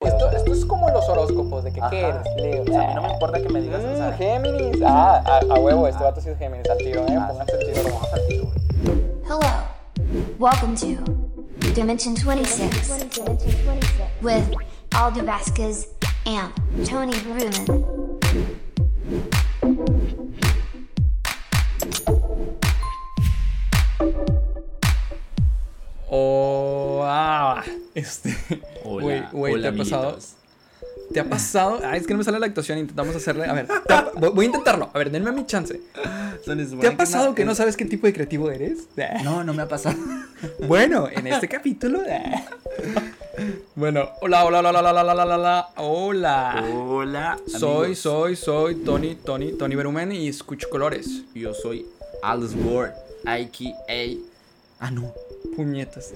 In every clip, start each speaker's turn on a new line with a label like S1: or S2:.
S1: pues, horóscopos de que qué
S2: Ajá.
S1: eres, Leo.
S2: O sea, a mí no me importa que me digas, o sea, Ah,
S1: Mm, Géminis. Ah, a, a huevo, este vato sí es Géminis, al tiro, eh. Pónganse el tiro.
S2: vamos al tiro, güey.
S3: Hello. Welcome to Dimension 26 with Aldo Vasquez and Tony Bruman.
S1: Oh, ah, este.
S4: Hola,
S1: güey, güey,
S4: hola,
S1: ¿te ha pasado?
S4: amiguitos.
S1: ¿Te ha pasado? Ay, es que no me sale la actuación, intentamos hacerle. A ver, te ha- voy voy a intentarlo. A ver, denme mi chance. ¿Te ha pasado que no sabes qué tipo de creativo eres?
S4: No, no me ha pasado.
S1: Bueno, en este capítulo. Bueno, hola, hola, hola, hola, hola, hola, hola, hola, hola.
S4: Hola.
S1: Soy,
S4: amigos.
S1: soy, soy Tony, Tony, Tony Berumen y escucho colores.
S4: Yo soy Alice Ward, a.k.a. Ah, no.
S1: Puñetas.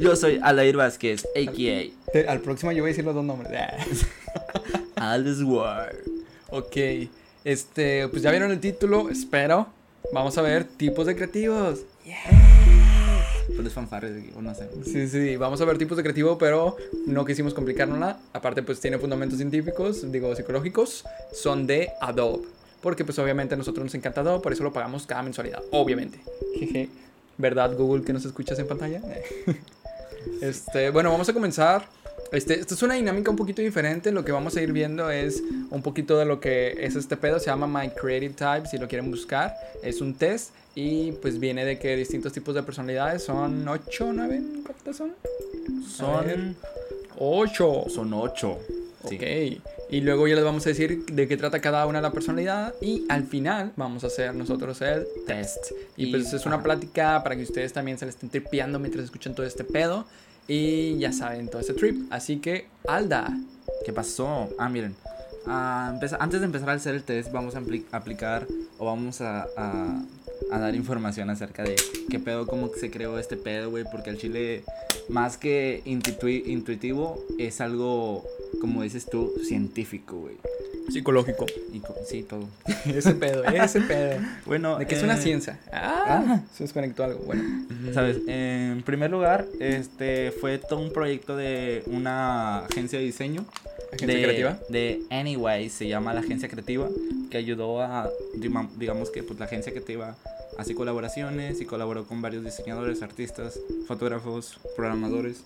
S4: Yo soy Alair Vázquez, a.k.a.
S1: Te- al próximo yo voy a decir los dos nombres.
S4: Alice Ward.
S1: Ok, este, pues ya vieron el título, espero. Vamos a ver tipos de creativos.
S4: Pones Pues fanfarres aquí, o no sé.
S1: Sí, sí, vamos a ver tipos de creativo, pero no quisimos complicárnosla. Aparte, pues tiene fundamentos científicos, digo, psicológicos, son de Adobe. Porque pues obviamente a nosotros nos encanta Adobe, por eso lo pagamos cada mensualidad, obviamente. Jeje. ¿Verdad, Google, que nos escuchas en pantalla? Este, bueno, vamos a comenzar. Este, esta es una dinámica un poquito diferente. Lo que vamos a ir viendo es un poquito de lo que es este pedo. Se llama My Creative Type, si lo quieren buscar. Es un test y pues viene de que distintos tipos de personalidades son 8, 9, ¿cuántas son? Son
S4: Son.
S1: 8.
S4: Son ocho. Sí.
S1: Ok. Y luego ya les vamos a decir de qué trata cada una la personalidad y al final vamos a hacer nosotros el test. Y,
S4: Y-
S1: pues es una
S4: ajá.
S1: plática para que ustedes también se la estén tripeando mientras escuchan todo este pedo y ya saben todo este trip. Así que, Alda.
S4: ¿Qué pasó? Ah, miren. Ah, empeza- antes de empezar a hacer el test, vamos a apli- aplicar o vamos a, a- a dar información acerca de qué pedo, cómo se creó este pedo, güey. Porque el chile, más que intitui- intuitivo, es algo, como dices tú, científico, güey.
S1: Psicológico.
S4: Y co- sí, todo.
S1: Ese pedo, ese pedo.
S4: Bueno,
S1: De que es una
S4: eh,
S1: ciencia. Ah, se desconectó algo. Bueno,
S4: ¿Sabes? En primer lugar, este fue todo un proyecto de una agencia de diseño.
S1: agencia
S4: de,
S1: creativa.
S4: De Anyway, se llama la agencia creativa, que ayudó a, dima- digamos que pues, la agencia creativa hace colaboraciones y colaboró con varios diseñadores, artistas, fotógrafos, programadores,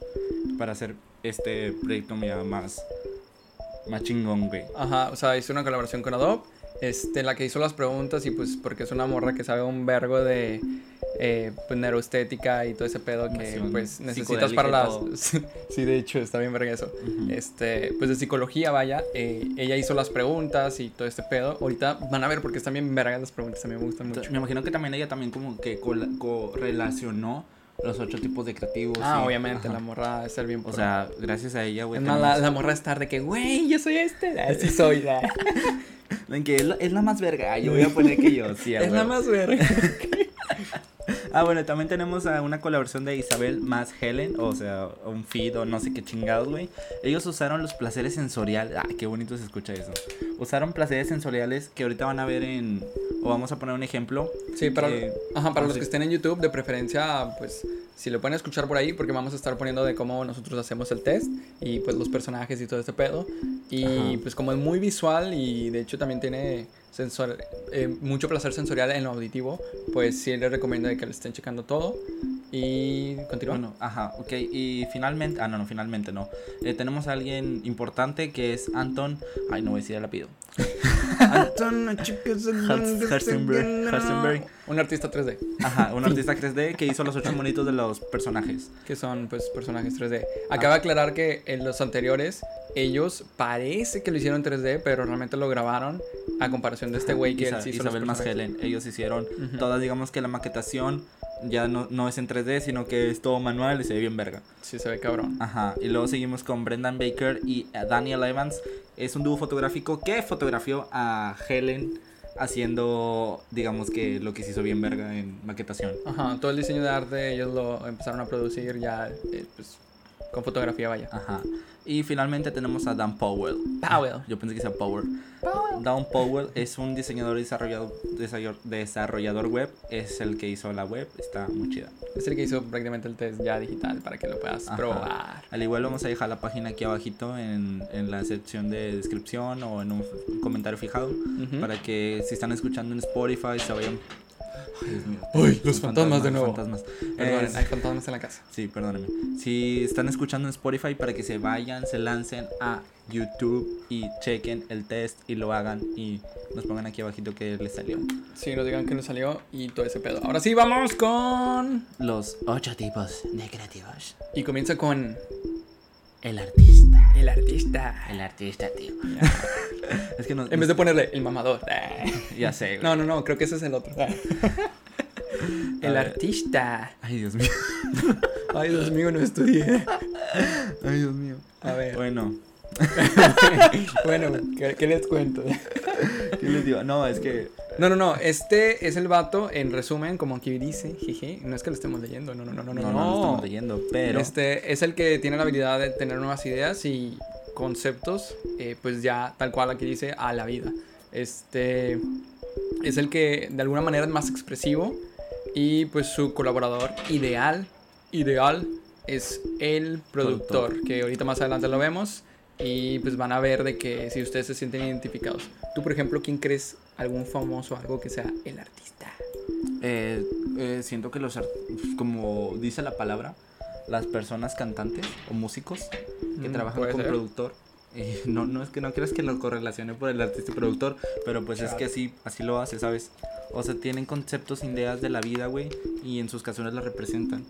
S4: para hacer este proyecto ya más, más chingón, güey.
S1: Ajá, o sea, hizo una colaboración con Adobe, este, la que hizo las preguntas y pues porque es una morra que sabe un vergo de eh, pues, neuroestética y todo ese pedo que
S4: Emoción,
S1: pues necesitas
S4: psicodélica
S1: para
S4: y
S1: las...
S4: todo.
S1: sí, de hecho, está bien verga eso. Este, pues de psicología, vaya, eh, ella hizo las preguntas y todo este pedo. Ahorita van a ver porque están bien vergas las preguntas, a mí me gustan mucho.
S4: Me imagino que también ella también como que cola- correlacionó los ocho tipos de creativos.
S1: Ah,
S4: y-
S1: obviamente,
S4: ajá.
S1: la morra es ser bien
S4: O
S1: pro.
S4: sea, gracias a ella, güey.
S1: Es más, la,
S4: tenemos-
S1: la morra es tarde que, güey, yo soy este. Así soy. ah.
S4: En que es la, es la más verga. Yo voy a poner que yo, sí, a
S1: es la
S4: huevo.
S1: más verga.
S4: Ah, bueno, también tenemos a una colaboración de Isabel más Helen, o sea, un feed o no sé qué chingados, güey. Ellos usaron los placeres sensoriales. Ah, qué bonito se escucha eso. Usaron placeres sensoriales que ahorita van a ver en. O vamos a poner un ejemplo.
S1: Sí, para,
S4: Eh,
S1: ajá, para
S4: ah,
S1: los
S4: sí.
S1: que estén en YouTube, de preferencia, pues si lo pueden escuchar por ahí, porque vamos a estar poniendo de cómo nosotros hacemos el test y pues los personajes y todo este pedo. Y
S4: Ajá.
S1: pues como es muy visual y de hecho también tiene sensor, eh, mucho placer sensorial en lo auditivo, pues sí les recomiendo de que lo estén checando todo. Y continúa.
S4: Bueno, ajá, ok. Y finalmente. Ah, no, no, finalmente no. Eh, tenemos a alguien importante que es Anton. Ay, no voy a decir el apellido. Hals- Halstenberg, Halstenberg.
S1: Un artista 3D,
S4: Ajá, un artista 3D que hizo los ocho monitos de los personajes.
S1: que son pues personajes 3D.
S4: Ah.
S1: Acaba de aclarar que en los anteriores ellos parece que lo hicieron 3D, pero realmente lo grabaron a comparación de este güey que
S4: Isa-
S1: él sí hizo los
S4: Isabel más
S1: personajes.
S4: Helen, ellos hicieron
S1: Ujú.
S4: todas, digamos que la maquetación ya no, no es en 3D, sino que es todo manual y se ve bien verga.
S1: Sí, se ve cabrón.
S4: Ajá, y luego seguimos con Brendan Baker y eh, Daniel Evans. Es un dúo fotográfico que fotografió a Helen haciendo, digamos que lo que se hizo bien verga en maquetación.
S1: Ajá, todo el diseño de arte ellos lo empezaron a producir ya eh, pues, Con fotografía, vaya.
S4: Ajá. Y finalmente tenemos a Dan Powell.
S1: Powell.
S4: Yo pensé que sea Power. Dan Powell es un diseñador y desarrollador, desarrollador, desarrollador web. Es el que hizo la web. Está muy chida.
S1: Es el que hizo prácticamente el test ya digital para que lo puedas
S4: Ajá.
S1: probar.
S4: Al igual vamos a dejar la página aquí abajito en, en la sección de descripción o en un f- comentario fijado
S1: Ujú.
S4: para que si están escuchando en Spotify se vayan... Ay, Dios mío.
S1: Ay, los fantasmas de
S4: los
S1: nuevo.
S4: fantasmas.
S1: Perdón,
S4: Es-
S1: hay fantasmas en la casa.
S4: Sí, perdóname. Si están escuchando en Spotify, para que se vayan, se lancen a YouTube y chequen el test y lo hagan y nos pongan aquí abajito que les salió.
S1: Sí, nos digan que nos salió y todo ese pedo. Ahora sí, vamos con.
S4: Los ocho tipos de creativos.
S1: Y comienza con.
S4: El artista.
S1: El artista.
S4: El artista, tío. es que no...
S1: En vez de ponerle el mamador.
S4: Ya sé. güey.
S1: No, no, no, Ah. creo que ese es el otro.
S4: A
S1: El
S4: ver.
S1: artista.
S4: Ay, Dios mío.
S1: Ay, Dios mío, no estudié.
S4: Ay, Dios mío.
S1: A ver.
S4: Bueno,
S1: Bueno, ¿qué, qué les cuento?
S4: ¿qué les digo? No, es que...
S1: No, no, no. Este es el vato, en resumen, como aquí dice, jeje. No es que lo estemos leyendo, no, no, no, no, no.
S4: No, no, lo estamos leyendo, pero...
S1: Este es el que tiene la habilidad de tener nuevas ideas y conceptos, eh, pues ya tal cual aquí dice, a la vida. Este es el que de alguna manera es más expresivo y pues su colaborador ideal, ideal es el productor,
S4: Productor.
S1: que ahorita más adelante lo vemos y pues van a ver de que si ustedes se sienten identificados. Tú, por ejemplo, ¿quién crees algún famoso, algo que sea el artista?
S4: Eh, eh, siento que los, art- como dice la palabra, las personas cantantes o músicos que
S1: Mm,
S4: trabajan
S1: puede
S4: con
S1: ser.
S4: productor. eh, no, no es que no creas que lo correlacione por el artista y productor, pero pues es que así, así lo hace, ¿sabes? O sea, tienen conceptos, ideas de la vida, güey, y en sus canciones las representan.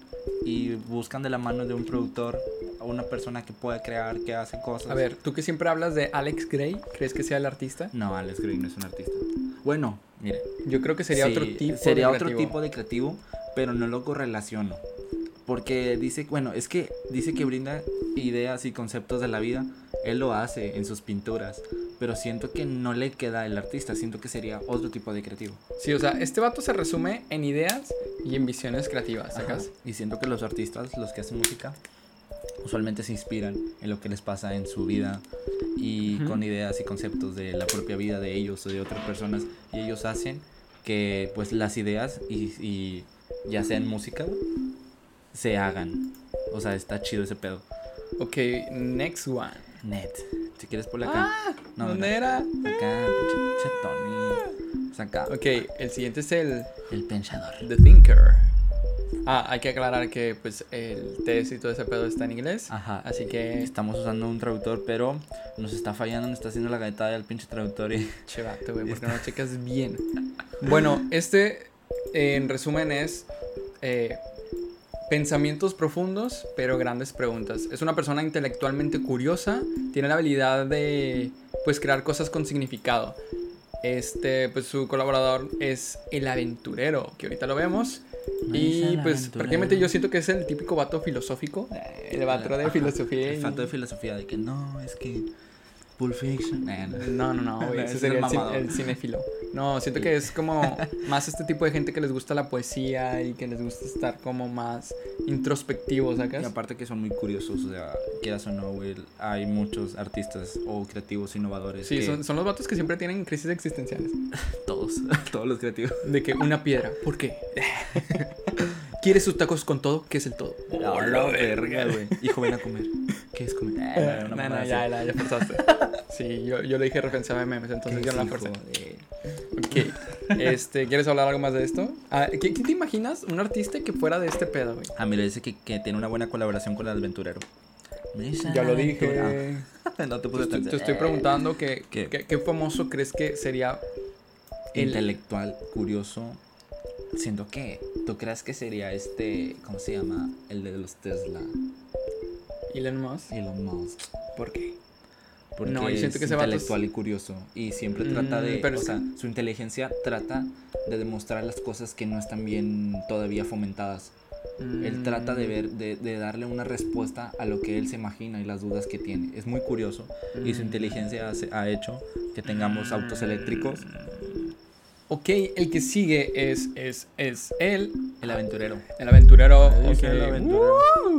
S4: Y buscan de la mano de un productor a una persona que pueda crear, que hace cosas.
S1: A ver, tú que siempre hablas de Alex Gray, ¿crees que sea el artista?
S4: No, Alex Green no es un artista. Bueno, mire.
S1: Yo creo que sería
S4: Sí,
S1: otro tipo.
S4: sería
S1: de
S4: otro
S1: creativo.
S4: tipo de creativo, pero no lo correlaciono. Porque dice, bueno, es que dice que brinda ideas y conceptos de la vida. Él lo hace en sus pinturas, pero siento que no le queda el artista, siento que sería otro tipo de creativo.
S1: Sí, o sea, este vato se resume en ideas y en visiones creativas, ¿sacas?
S4: Ajá. Y siento que los artistas, los que hacen música, usualmente se inspiran en lo que les pasa en su vida y
S1: Ujú.
S4: con ideas y conceptos de la propia vida de ellos o de otras personas. Y ellos hacen que pues las ideas y, y ya sea en música, güey, se hagan. O sea, está chido ese pedo.
S1: Ok, next one.
S4: Net. Si quieres por acá.
S1: Ah.
S4: no,
S1: ¿Dónde
S4: no.
S1: era?
S4: Acá, pinche- pinche Tony. Es acá.
S1: Ok, el siguiente es el
S4: El pensador.
S1: The Thinker. Ah, hay que aclarar que pues el test y todo ese pedo está en inglés.
S4: Ajá.
S1: Así que,
S4: Estamos usando un traductor, pero nos está fallando, nos está haciendo la gaita del pinche traductor y
S1: che vato, güey, porque no lo checas bien. Bueno, este eh, en resumen es eh, pensamientos profundos, pero grandes preguntas. Es una persona intelectualmente curiosa, tiene la habilidad de pues crear cosas con significado. Este, pues su colaborador es el aventurero, que ahorita lo vemos.
S4: No es
S1: Y
S4: el
S1: pues
S4: aventurero.
S1: prácticamente yo siento que es el típico vato filosófico, el vato de
S4: Ajá,
S1: filosofía. y-
S4: El vato de filosofía, de que no, es que Pulp Fiction. eh, no.
S1: No, no, no, güey, ese
S4: No, ese es el
S1: sería el, cin-
S4: mamado.
S1: el cinéfilo. No, siento que es como más este tipo de gente que les gusta la poesía y que les gusta estar como más introspectivos,
S4: Y
S1: ¿sacas?
S4: aparte que son muy curiosos, o sea, quieras o no, güey, hay muchos artistas o creativos innovadores.
S1: Sí,
S4: que
S1: son, son los vatos que siempre tienen crisis existenciales.
S4: todos, todos los creativos.
S1: De que una piedra, ¿por qué? ¿Quieres sus tacos con todo? ¿Qué es el todo?
S4: Oh, la verga, güey. Hijo, ven a comer. ¿Qué es comer? Eh,
S1: No, no,
S4: una mamada
S1: ya,
S4: así.
S1: ya, ya forzaste. Sí, yo, yo le dije referencia a memes, entonces
S4: ¿Qué
S1: yo no la
S4: es,
S1: forcé.
S4: hijo Eh, de-
S1: Ok. Este, ¿quieres hablar algo más de esto? Ah, ¿qué, qué te imaginas un artista que fuera de este pedo, güey?
S4: Ah, mira, dice que, que tiene una buena colaboración con el aventurero.
S1: Ya lo dije.
S4: Ah, no te puse
S1: Pues te,
S4: atención.
S1: te estoy preguntando que,
S4: ¿Qué?
S1: que- qué famoso crees que sería el-
S4: intelectual, curioso. Siento que tú creas que sería este, ¿cómo se llama? El de los Tesla,
S1: Elon Musk.
S4: Elon Musk.
S1: ¿Por qué?
S4: Porque
S1: No, yo siento
S4: es
S1: que ese vato es-
S4: intelectual y curioso. Y siempre trata
S1: Mm,
S4: de.
S1: pero
S4: o
S1: es
S4: sea, su inteligencia trata de demostrar las cosas que no están bien todavía fomentadas. Mm. Él trata
S1: Mm.
S4: de ver, de, de darle una respuesta a lo que él se imagina y las dudas que tiene. Es muy curioso. Y su
S1: Mm.
S4: inteligencia hace- ha hecho que tengamos autos eléctricos.
S1: Ok, el que sigue es, es, es él,
S4: El aventurero.
S1: el aventurero.
S4: Ay,
S1: Oh, ok,
S4: que el aventurero.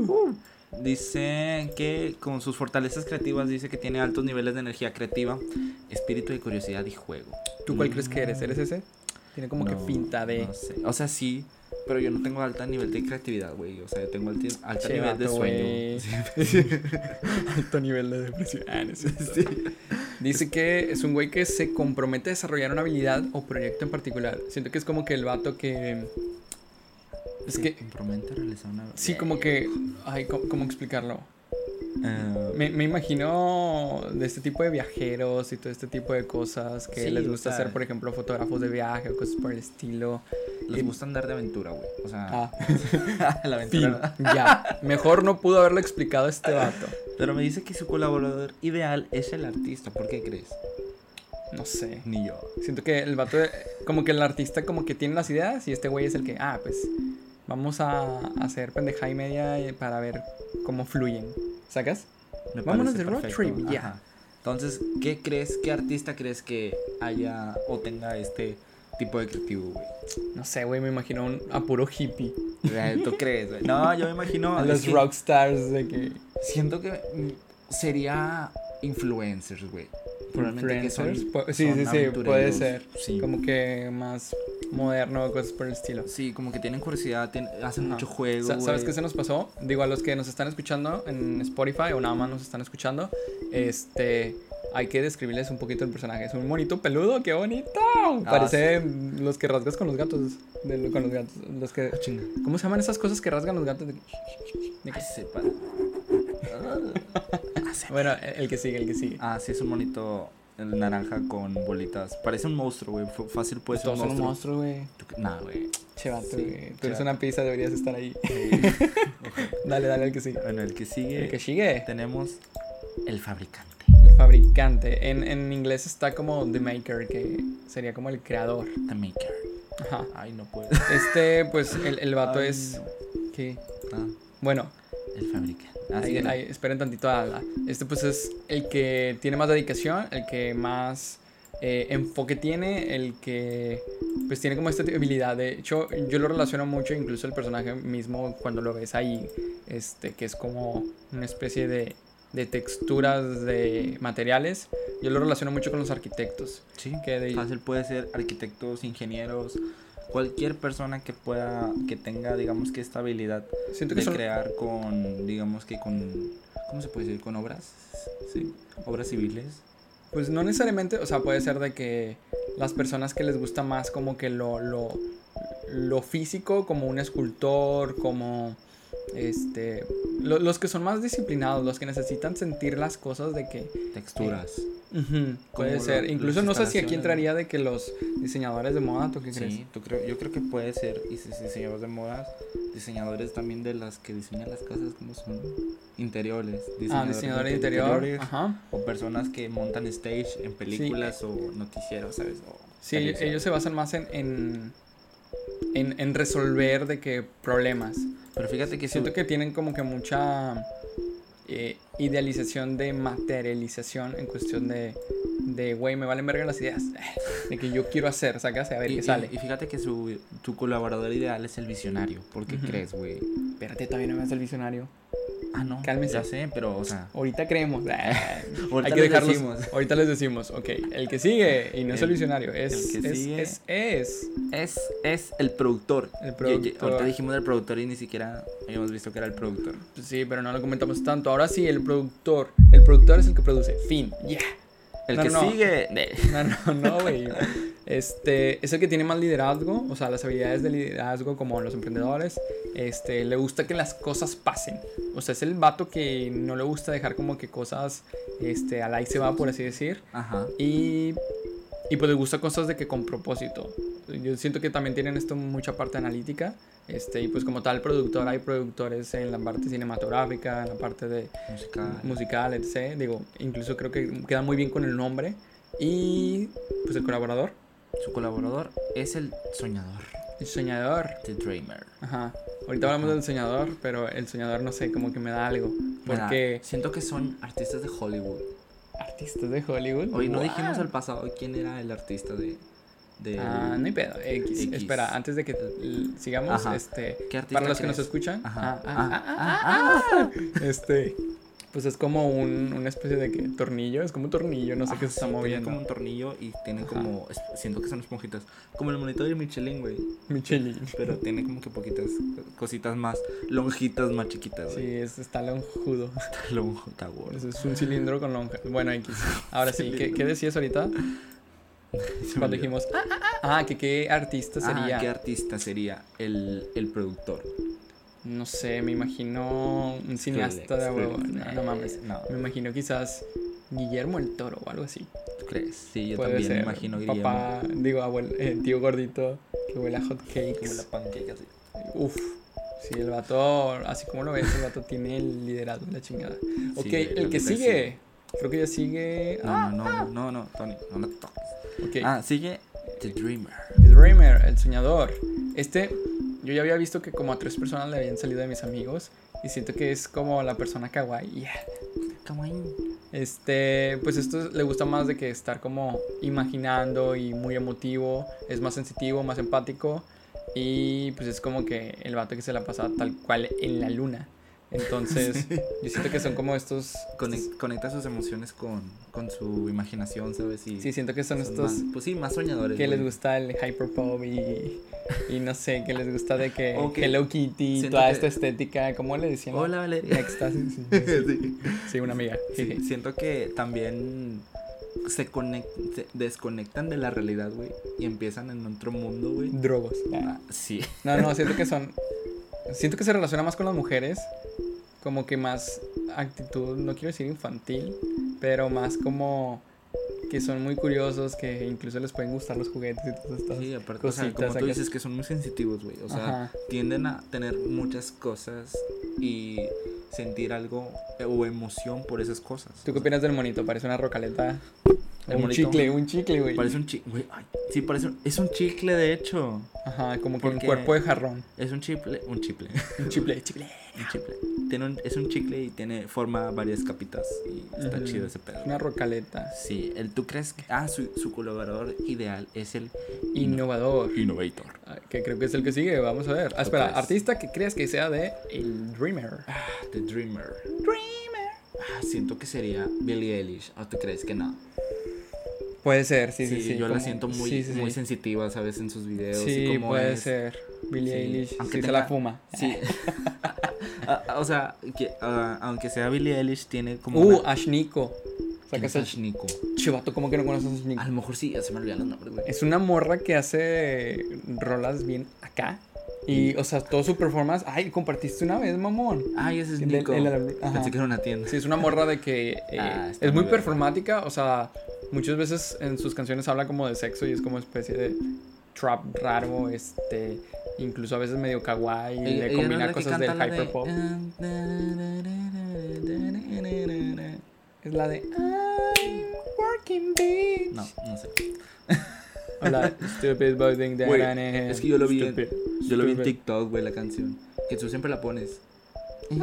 S1: uh.
S4: Dice que con sus fortalezas creativas dice que tiene altos niveles de energía creativa, espíritu de curiosidad y juego.
S1: Uh,
S4: Mm,
S1: ¿Tú cuál crees que eres? ¿Eres ese? Tiene como que
S4: No,
S1: pinta de.
S4: no sé. O sea, sí, pero yo no tengo alto nivel de creatividad, güey. O sea, yo tengo alti- alto,
S1: Che,
S4: nivel de
S1: vato,
S4: sueño.
S1: güey. Alto nivel de depresión. Ah, no es cierto. Dice que es un güey que se compromete a desarrollar una habilidad o proyecto en particular. Siento que es como que el vato que. Es que.
S4: Compromete a realizar una.
S1: Sí, como que. Ay, co- ¿cómo, explicarlo?
S4: Eh,
S1: Me, me imagino de este tipo de viajeros y todo este tipo de cosas que
S4: Sí,
S1: les
S4: o
S1: gusta
S4: sea-
S1: hacer, por ejemplo, fotógrafos de viaje o cosas por el estilo.
S4: les gusta andar de aventura, güey. O sea,
S1: Ah,
S4: la
S1: fin,
S4: aventura.
S1: ya. Mejor no pudo haberlo explicado este vato.
S4: Pero me dice que su colaborador ideal es el artista. ¿Por qué crees?
S1: No sé.
S4: Ni yo.
S1: Siento que el vato, eh, como que el artista como que tiene las ideas y este güey es el que, ah, pues vamos a hacer pendeja y media eh, para ver cómo fluyen. ¿Sacas?
S4: Me
S1: Vámonos
S4: parece
S1: de road
S4: perfecto.
S1: trip, ya.
S4: Ajá. Entonces, ¿qué crees? ¿Qué artista crees que haya o tenga este tipo de creativo, güey?
S1: No sé, güey, me imagino un apuro hippie.
S4: Eh, ¿Tú crees, güey? No, yo me imagino.
S1: a
S4: es
S1: los
S4: que
S1: rockstars de que...
S4: Siento que mm, sería influencers, güey. Probablemente que son,
S1: influencers. Pu- Sí,
S4: son
S1: sí, sí, puede
S4: aventureros.
S1: ser.
S4: Sí.
S1: Como que más moderno, cosas por el estilo.
S4: Sí, como que tienen curiosidad, tienen- hacen
S1: Ajá.
S4: mucho juego.
S1: Sa- ¿Sabes
S4: güey.
S1: qué se nos pasó? Digo, a los que nos están escuchando en Spotify o nada más nos están escuchando, este, hay que describirles un poquito el personaje. Es un monito peludo, qué bonito.
S4: Ah,
S1: Parece los que rasgas con los gatos. de lo- con los gatos. Los que,
S4: Ah, chinga.
S1: ¿Cómo se llaman esas cosas que rasgan los gatos? De que- de que-
S4: Ay, Ah, sepa.
S1: Bueno, el que sigue, el que sigue.
S4: Ah, sí, es un monito el naranja con bolitas. Parece un monstruo, güey. F- Fácil puede ser un
S1: Todos son un
S4: monstruo.
S1: monstruo, güey.
S4: Tú que- Nah, güey.
S1: Che, vato,
S4: Sí,
S1: güey. Tú eres
S4: che,
S1: una pizza, deberías estar ahí. dale, dale, el que sigue.
S4: Bueno, el que sigue.
S1: El que sigue.
S4: Tenemos el fabricante.
S1: El fabricante. En, en inglés está como The Maker, que sería como el creador.
S4: The Maker.
S1: Ajá.
S4: Ay, no puedo.
S1: Este, pues, el, el vato
S4: Ay,
S1: es.
S4: no.
S1: ¿Qué?
S4: Ah,
S1: Bueno,
S4: el fabricante. Ah,
S1: ahí-
S4: síguele.
S1: ahí, esperen tantito a la- Este, pues, es el que tiene más dedicación, el que más eh, enfoque tiene, el que. Pues tiene como esta habilidad. De hecho, yo lo relaciono mucho, incluso el personaje mismo, cuando lo ves ahí, este, que es como una especie de, de texturas de materiales. Yo lo relaciono mucho con los arquitectos.
S4: Sí,
S1: que de-
S4: fácil puede ser arquitectos, ingenieros, cualquier persona que pueda, que tenga, digamos que esta habilidad
S1: Siento que
S4: de
S1: son.
S4: crear con, digamos que con, ¿cómo se puede decir? Con obras, sí, obras civiles.
S1: Pues no necesariamente, o sea, puede ser de que las personas que les gusta más como que lo, lo, lo físico, como un escultor, como este... lo- los que son más disciplinados, los que necesitan sentir las cosas de que...
S4: Texturas.
S1: ujú, puede
S4: Como
S1: ser.
S4: lo-
S1: Incluso
S4: las
S1: no sé si aquí
S4: instalaciones,
S1: entraría de que los diseñadores de moda, ¿tú qué crees?
S4: Sí, tú creo, yo creo que puede ser, y si- si diseñadores de modas, diseñadores también de las que diseñan las casas, como son? Interiores,
S1: ah, diseñador de interior.
S4: interiores,
S1: Ajá.
S4: O personas que montan stage en películas o noticieros, ¿sabes? O
S1: Sí,
S4: televisión.
S1: ellos se basan más en, en, en, en resolver de que problemas.
S4: Pero fíjate que
S1: que siento
S4: su-
S1: que tienen como que mucha eh, idealización de materialización en cuestión de, de, güey, me valen verga las ideas de que yo quiero hacer, sacas a ver
S4: y,
S1: qué
S4: y-
S1: sale.
S4: y fíjate que su, tu colaborador ideal es el visionario. ¿Por qué
S1: Ujú.
S4: crees, güey?
S1: Espérate, todavía no me hace el visionario.
S4: Ah, no.
S1: Cálmense.
S4: Ya sé, pero, o sea.
S1: Ahorita creemos.
S4: Ahorita
S1: Ah, Hay que
S4: les
S1: dejarlos.
S4: decimos.
S1: Ahorita les decimos, ok, el que sigue, y no es el
S4: El-
S1: visionario, es,
S4: el que
S1: es,
S4: sigue.
S1: es, es.
S4: Es, es el productor.
S1: El
S4: Ye- ye-
S1: productor.
S4: ahorita dijimos del productor y ni siquiera habíamos visto que era el productor.
S1: Pues Sí, pero no lo comentamos tanto. Ahora sí, el productor. El productor es el que produce. Fin. Ya.
S4: El
S1: No,
S4: que
S1: no.
S4: sigue.
S1: No, no, no, güey. Este, es el que tiene más liderazgo, o sea, las habilidades de liderazgo como los emprendedores. Este, le gusta que las cosas pasen. O sea, es el vato que no le gusta dejar como que cosas, este, al ahí se va, por así decir.
S4: Ajá.
S1: Y, y pues le gusta cosas de que con propósito. Yo siento que también tienen esto mucha parte analítica. Este, y pues como tal productor, hay productores en la parte cinematográfica, en la parte de,
S4: Musical.
S1: musical, etc. Digo, incluso creo que queda muy bien con el nombre. Y pues el colaborador,
S4: Su colaborador es el soñador.
S1: el soñador.
S4: The dreamer.
S1: Ajá. Ahorita hablamos del soñador, pero el soñador no sé, como que me da algo.
S4: Mira,
S1: Porque
S4: siento que son artistas de Hollywood.
S1: artistas de Hollywood.
S4: Hoy no
S1: wow.
S4: dijimos al pasado quién era el artista de, de...
S1: Ah, no hay pedo. X.
S4: X.
S1: Espera, antes de que l- sigamos,
S4: Ajá.
S1: este,
S4: ¿Qué artista
S1: para los que nos
S4: crees?
S1: escuchan,
S4: Ajá.
S1: ah, ah,
S4: Ah,
S1: ah, ah, ah, ah, este, pues es como un, una especie de que, tornillo, es como un tornillo, no sé
S4: Ajá,
S1: qué se está
S4: sí, tienen
S1: moviendo.
S4: como un tornillo y tiene
S1: Ajá.
S4: como... es- Siento que son esponjitas. Como el monitor de Michelin, güey.
S1: Michelin.
S4: Pero tiene como que poquitas cositas más lonjitas, más
S1: Sí,
S4: chiquitas, güey.
S1: es, está lonjudo.
S4: Lonjota, güey.
S1: Pues Es, es un cilindro con lonja. Bueno, X. Ahora sí, ¿qué,
S4: Cilindro.
S1: qué decías ahorita?
S4: Se me
S1: Cuando
S4: olvidó.
S1: dijimos, ah, ah, ah, ah, que qué artista
S4: Ah,
S1: sería.
S4: ¿Qué artista sería el, el productor?
S1: No sé, me imagino un cineasta de
S4: Skrillex,
S1: huevo. No,
S4: Skrillex.
S1: no mames.
S4: No.
S1: Me imagino quizás Guillermo el Toro o algo así.
S4: ¿Tú crees? Sí, yo
S1: Puede
S4: también me
S1: ser
S4: imagino Guillermo.
S1: papá, digo, abuel, eh, tío gordito que huele a hot
S4: Como la
S1: cakes.
S4: panqueca, así.
S1: Uf. Sí, el vato, así como lo ves, el vato tiene el liderazgo de la chingada. Ok,
S4: güey, la
S1: el que
S4: neta sí.
S1: sigue. Creo que ya sigue. Ah,
S4: No, no, no, no, no, no, Tony, no lo toques.
S1: ok.
S4: Ah, sigue The Dreamer.
S1: The Dreamer, el soñador. Este, yo ya había visto que como a tres personas le habían salido de mis amigos. Y siento que es como la persona kawaii. Yeah.
S4: Come on.
S1: Este, pues esto le gusta más de que estar como imaginando y muy emotivo, es más sensitivo, más empático y pues es como que el vato que se la pasa tal cual en la luna. Entonces, yo siento que son como estos, estos-
S4: Conec- Conecta sus emociones con, con su imaginación, ¿sabes? Y
S1: sí, siento que son estos
S4: más- pues sí, más soñadores.
S1: que les
S4: güey.
S1: gusta el hyperpop y y no sé, que les gusta de que
S4: Ok.
S1: Hello Kitty,
S4: Siento
S1: toda
S4: que-
S1: esta estética, ¿cómo le decían?
S4: Hola, Valeria.
S1: Éxtasis. Sí,
S4: Sí.
S1: sí, una amiga.
S4: Sí, siento que también se, conec- se desconectan de la realidad, güey, y empiezan en otro mundo, güey.
S1: Drogos.
S4: Ah, sí.
S1: No, no, siento que son. Siento que se relaciona más con las mujeres. Como que más actitud, no quiero decir infantil, pero más como que son muy curiosos, que incluso les pueden gustar los juguetes y todas estas.
S4: Sí, aparte, o sea,
S1: cositas
S4: como
S1: acá.
S4: tú dices que son muy sensitivos, güey. O sea,
S1: Ajá.
S4: tienden a tener muchas cosas y sentir algo eh, o emoción por esas cosas.
S1: ¿Tú
S4: O
S1: qué
S4: sea,
S1: opinas del monito? Parece una rocaleta.
S4: El
S1: un
S4: monito.
S1: chicle, un chicle, güey.
S4: Parece un chicle, güey. ay, Sí, parece un- es un chicle, de hecho.
S1: Ajá, como que un
S4: Porque-
S1: cuerpo de jarrón.
S4: Es un chicle, un chicle.
S1: Un chicle, chicle.
S4: un chicle. Tiene un- es un chicle y tiene forma varias capitas y está
S1: Ujú.
S4: chido ese pedo.
S1: Una rocaleta.
S4: Sí, el, ¿tú crees que ah, su, su colaborador ideal es el
S1: Innovador.
S4: Innovator?
S1: Ah, Que creo que es el que sigue, vamos a ver. Ah, espera,
S4: crees?
S1: artista que creas que sea de El Dreamer.
S4: The Dreamer. Dreamer. Ah, siento que sería Billie Eilish. ¿O tú crees que no?
S1: Puede ser, sí,
S4: Sí,
S1: sí, sí.
S4: yo la
S1: como-
S4: siento muy,
S1: sí, sí,
S4: muy
S1: sí.
S4: sensitiva, ¿sabes? En sus videos. y
S1: Sí,
S4: cómo
S1: puede
S4: es.
S1: ser. Billie
S4: Sí,
S1: Eilish.
S4: aunque
S1: sí, se
S4: tenga-
S1: la fuma.
S4: Sí. Ah, ah, o sea, que, ah, aunque sea Billie Eilish, tiene como.
S1: Uh,
S4: una-
S1: Ashniko.
S4: ¿Quién
S1: Sacas
S4: es
S1: a
S4: Ashnico?
S1: Chivato, ¿cómo que no conoces a Ashniko?
S4: A lo mejor sí, ya se me olvidaron los nombres, güey.
S1: Es una morra que hace rolas bien acá. Y, o sea, todo su performance. Ay, compartiste una vez, mamón.
S4: Ay, ese es
S1: El- el-
S4: Nico.
S1: el- ajá.
S4: Pensé que era una tienda.
S1: Sí, es una morra de que eh,
S4: Ah, está
S1: es muy
S4: muy verga.
S1: performática, o sea, muchas veces en sus canciones habla como de sexo y es como especie de trap raro, este, incluso a veces medio kawaii,
S4: Ella-
S1: le
S4: ella no es
S1: combina
S4: la que
S1: cosas del
S4: canta la de-
S1: hyperpop.
S4: "Ah,
S1: Es la de I'm working bitch.
S4: No, no sé.
S1: O la stupid boy thing that
S4: Güey,
S1: I am.
S4: es que yo lo vi en-
S1: Stupid,
S4: Yo lo vi en
S1: stupid.
S4: TikTok, güey, la canción. Que tú siempre la pones. Que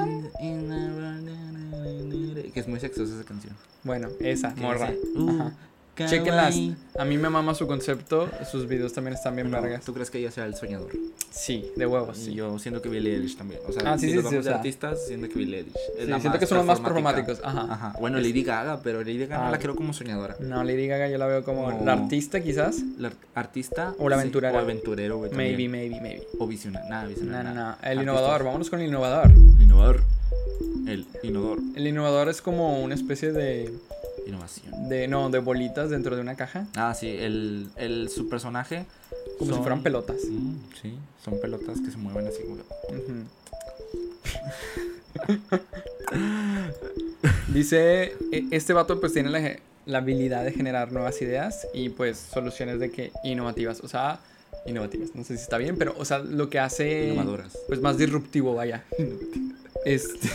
S4: es muy sexosa esa canción.
S1: Bueno, esa,
S4: Que
S1: morra.
S4: dice, "Uh,
S1: Ajá.
S4: kawaii".
S1: Chéquenlas. A mí me mama su concepto. Sus videos también están bien
S4: No,
S1: vergas.
S4: ¿Tú crees que ella sea el soñador?
S1: Sí, de huevos, Pues sí.
S4: Y Yo siento que Billie Eilish también. O sea,
S1: Ah, sí,
S4: si
S1: sí,
S4: nos
S1: sí, o
S4: vamos de
S1: sea.
S4: artistas, siento que Billie Eilish. es
S1: Sí,
S4: la
S1: siento que son los más performáticos. Ajá.
S4: Ajá. Bueno, Lady Gaga, pero Lady Gaga no
S1: Ah.
S4: la quiero como soñadora.
S1: No, Lady Gaga yo la veo como
S4: No.
S1: la artista quizás.
S4: La ar- artista
S1: O la
S4: sí,
S1: aventurera.
S4: o aventurero, güey.
S1: Maybe,
S4: también.
S1: maybe, maybe.
S4: O visionario. Nada,
S1: No,
S4: visionario.
S1: no, no.
S4: nada.
S1: El
S4: Artista.
S1: innovador, vámonos con el innovador.
S4: El innovador. El innovador.
S1: El innovador es como una especie de,
S4: Innovación.
S1: de no, de bolitas dentro de una caja,
S4: Ah, sí, el, el- su personaje.
S1: como si
S4: son-
S1: fueran pelotas.
S4: Mm, sí, son pelotas que se mueven así como. que-
S1: Ujú. Dice, e- este vato pues tiene la, ge- la habilidad de generar nuevas ideas y pues soluciones de que innovativas, o sea, innovativas, no sé si está bien, pero o sea, lo que hace
S4: Innovadoras.
S1: pues más disruptivo, vaya. Este,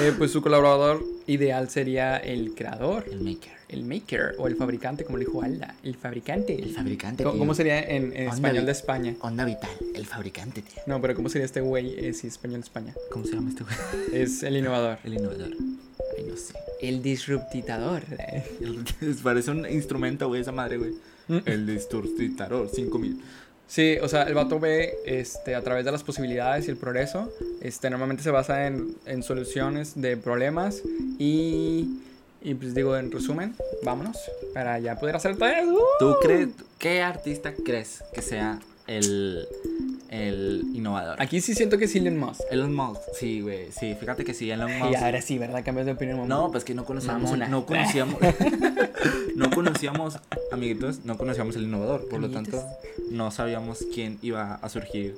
S1: eh, pues su colaborador ideal sería el creador,
S4: El maker.
S1: el maker o el fabricante, como le dijo Alda, el fabricante.
S5: El fabricante.
S1: ¿Cómo,
S5: tío.
S1: cómo sería en, en
S5: Onda
S1: español
S5: vi-
S1: de España?
S5: Onda Vital, el fabricante, tío.
S1: No, pero ¿cómo sería este güey eh, si es español de España?
S4: ¿Cómo se llama este güey?
S1: Es el innovador.
S4: El innovador. Ay, no sé.
S1: El disruptitador.
S4: El- Parece un instrumento, güey, esa madre, güey.
S1: Mm,
S4: El distorsitarol, 5000.
S1: Sí, o sea, el vato ve este, a través de las posibilidades y el progreso. Este, normalmente se basa en, en soluciones de problemas y, y pues digo, en resumen, vámonos para ya poder hacer tareas. ¡Uh!
S4: ¿Tú crees, qué artista crees que sea el, el innovador?
S1: Aquí sí siento que es Elon Musk.
S4: Elon Musk, sí, güey, sí, fíjate que sí, Elon Musk.
S1: Y ahora sí, ¿verdad? Cambias de opinión, mamá.
S4: No, pues que no conocíamos,
S1: Mamona.
S4: no conocíamos, no conocíamos, amiguitos, no conocíamos el innovador, por lo tanto, no sabíamos quién iba a surgir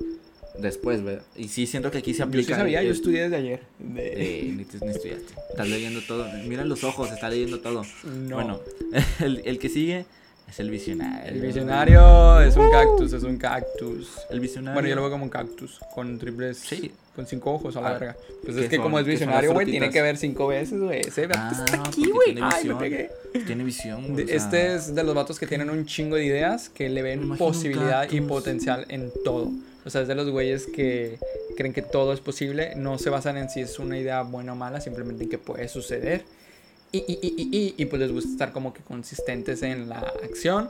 S4: después, ¿verdad? Y sí siento que aquí se
S1: yo
S4: aplica. eh,
S1: sí sabía, yo
S4: el-
S1: estudié desde ayer. De-
S4: Eh, ni, te- ni estudiaste. Estás leyendo todo. Mira los ojos, estás leyendo todo.
S1: No.
S4: Bueno, el, el que sigue es el visionario.
S1: El visionario es un cactus, es un cactus.
S4: El visionario.
S1: Bueno, yo lo veo como un cactus, con triples.
S4: Sí.
S1: Con cinco ojos a la
S4: Ah,
S1: verga. Pues
S4: ¿qué
S1: es que
S4: son?
S1: como es
S4: ¿Qué son las
S1: visionario, güey,
S4: frutitas?
S1: tiene que ver cinco veces, güey. Ese
S4: Ah,
S1: vato está aquí,
S4: porque
S1: güey.
S4: Tiene
S1: Ay, me
S4: visión.
S1: pegué.
S4: Tiene visión.
S1: De-
S4: güey, o sea,
S1: este es de los vatos que tienen un chingo de ideas, que le ven
S4: imagino un
S1: posibilidad y
S4: cactus.
S1: potencial en todo. O sea, es de los güeyes que creen que todo es posible, no se basan en si es una idea buena o mala, simplemente en que puede suceder. Y, y, y, y, y, y, pues les gusta estar como que consistentes en la acción.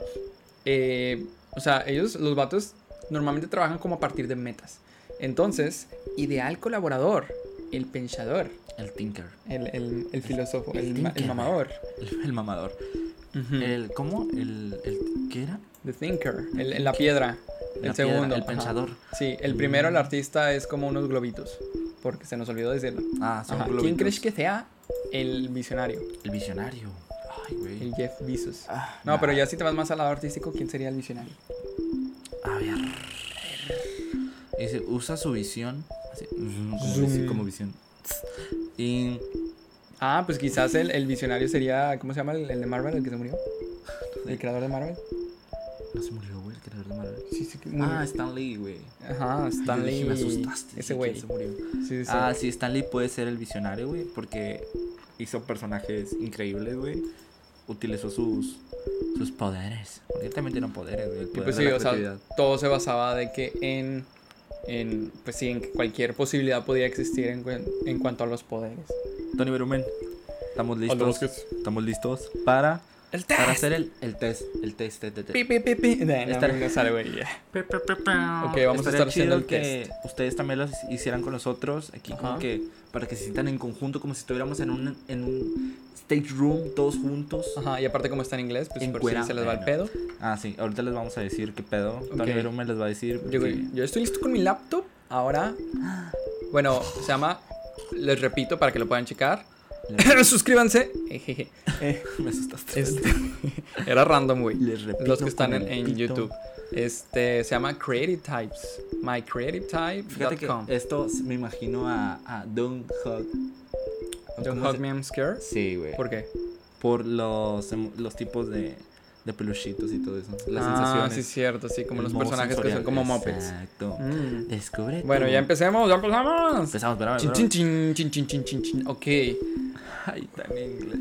S1: Eh, o sea, ellos, los vatos, normalmente trabajan como a partir de metas. Entonces, ideal colaborador, el pensador,
S4: El tinker.
S1: el, el, el filósofo, el, ma- el
S4: thinker.
S1: mamador.
S4: El, el mamador.
S1: Ujú.
S4: El, ¿Cómo? El, el- ¿Qué era?
S1: The Thinker, el, el- la piedra. El
S4: La piedra,
S1: segundo.
S4: el
S1: ajá.
S4: pensador.
S1: Sí, el primero, el artista, es como unos globitos. Porque se nos olvidó decirlo.
S4: Ah, son
S1: Ajá. ¿Quién
S4: globitos.
S1: crees que sea el visionario?
S4: El visionario. Ay, güey.
S1: El Jeff Bezos.
S4: Ah,
S1: no, pero
S4: nah.
S1: ya si te vas más al lado artístico, ¿quién sería el visionario?
S4: A ver. Dice, usa su visión. Así, mm, como, visi- como visión. Y.
S1: Ah, pues quizás el, el visionario sería. ¿Cómo se llama el, el de Marvel, el que se murió? El creador de Marvel.
S4: No se murió, güey, el creador de Marvel.
S1: Sí, sí, que murió.
S4: Ah, Stan Lee, güey.
S1: Ajá,
S4: Yo
S1: Stanley.
S4: dije, Me asustaste.
S1: Ese
S4: dije,
S1: güey.
S4: ¿quién se murió?
S1: Sí, sí, sí.
S4: Ah, sí, Stan Lee puede ser el visionario, güey, porque hizo personajes increíbles, güey. Utilizó sus, sus poderes. Porque él también tiene poderes, güey. El
S1: Y
S4: poder
S1: pues
S4: de
S1: sí,
S4: la
S1: o sea,
S4: creatividad.
S1: todo se basaba de que en, en pues sí, en que cualquier posibilidad podía existir en, cuen- en cuanto a los poderes.
S4: Tony Berumen, estamos listos.
S1: Bosques.
S4: Estamos listos para,
S1: El
S4: para hacer el, el test. El test, test, test, test.
S1: Pi, pi, pi, pi. No, no,
S4: Estar-
S1: no sale, güey, ya.
S4: Ok,
S1: vamos a estar haciendo el
S4: que
S1: test.
S4: ustedes también lo hicieran con nosotros aquí como
S1: Ajá.
S4: que para que se sientan en conjunto como si estuviéramos en un en un stage room todos juntos.
S1: Ajá, y aparte como está en inglés, pues por si
S4: Encuerado.
S1: se les va el
S4: Bueno.
S1: pedo.
S4: Ah, sí, ahorita les vamos a decir qué pedo. Tony
S1: Ok.
S4: Verón me les va a decir.
S1: Yo,
S4: porque-
S1: yo estoy listo con mi laptop. Ahora, bueno, se llama, les repito para que lo puedan checar. Suscríbanse. Ejeje. Eh,
S4: me asustaste.
S1: este, era random, güey.
S4: Les repito
S1: Los
S4: con
S1: que están en,
S4: el
S1: en
S4: pito.
S1: YouTube. Este se llama Creative Types.
S4: Fíjate que eh,
S1: MyCreativeType.com.
S4: esto s- me imagino a, a Don't Hug.
S1: Don't
S4: ¿Cómo
S1: hug
S4: se-
S1: me, I'm scared.
S4: Sí, güey.
S1: ¿Por
S4: Por,
S1: qué?
S4: los, emo- los tipos de, de peluchitos y todo eso. Las
S1: ah,
S4: sensaciones.
S1: sí, cierto, sí, como
S4: el
S1: los
S4: modo
S1: personajes que son
S4: sensorial.
S1: como mopeds.
S4: Exacto.
S1: Mm.
S4: Descubre.
S1: Bueno,
S4: tú.
S1: ya empecemos, ya empezamos.
S4: Empezamos, pero.
S1: Chin, chin, chin, chin, chin, chin, chin, chin. Ok.
S4: Ay, tan inglés.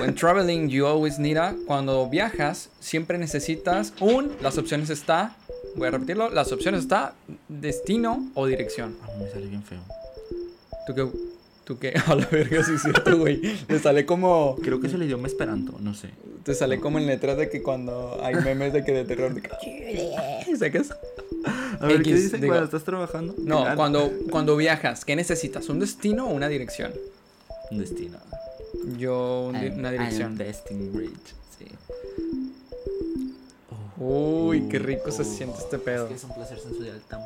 S1: When traveling, you always need a. Cuando viajas, siempre necesitas un. Las opciones está. Voy a repetirlo. Las opciones está destino o dirección.
S4: A mí Ah, me sale bien feo.
S1: ¿Tú qué? ¿Tú qué? A la verga, sí es cierto, güey. Te sale como.
S4: Creo que es el idioma esperanto, no sé.
S1: Te sale como en letras de que cuando hay memes de que de terror. de que- ¿Sacas?
S4: A ver, ¿qué
S1: X,
S4: dicen
S1: digo-
S4: cuando estás trabajando?
S1: No,
S4: Claro.
S1: cuando, cuando viajas, ¿qué necesitas? ¿Un destino o una dirección?
S4: Un destino.
S1: Yo, un di-
S4: I'm-
S1: una
S4: I'm
S1: dirección.
S4: Destined Bridge. Sí.
S1: Uy, qué
S4: Uh,
S1: rico se
S4: uh,
S1: siente este pedo.
S4: Es que es un placer sensorial tan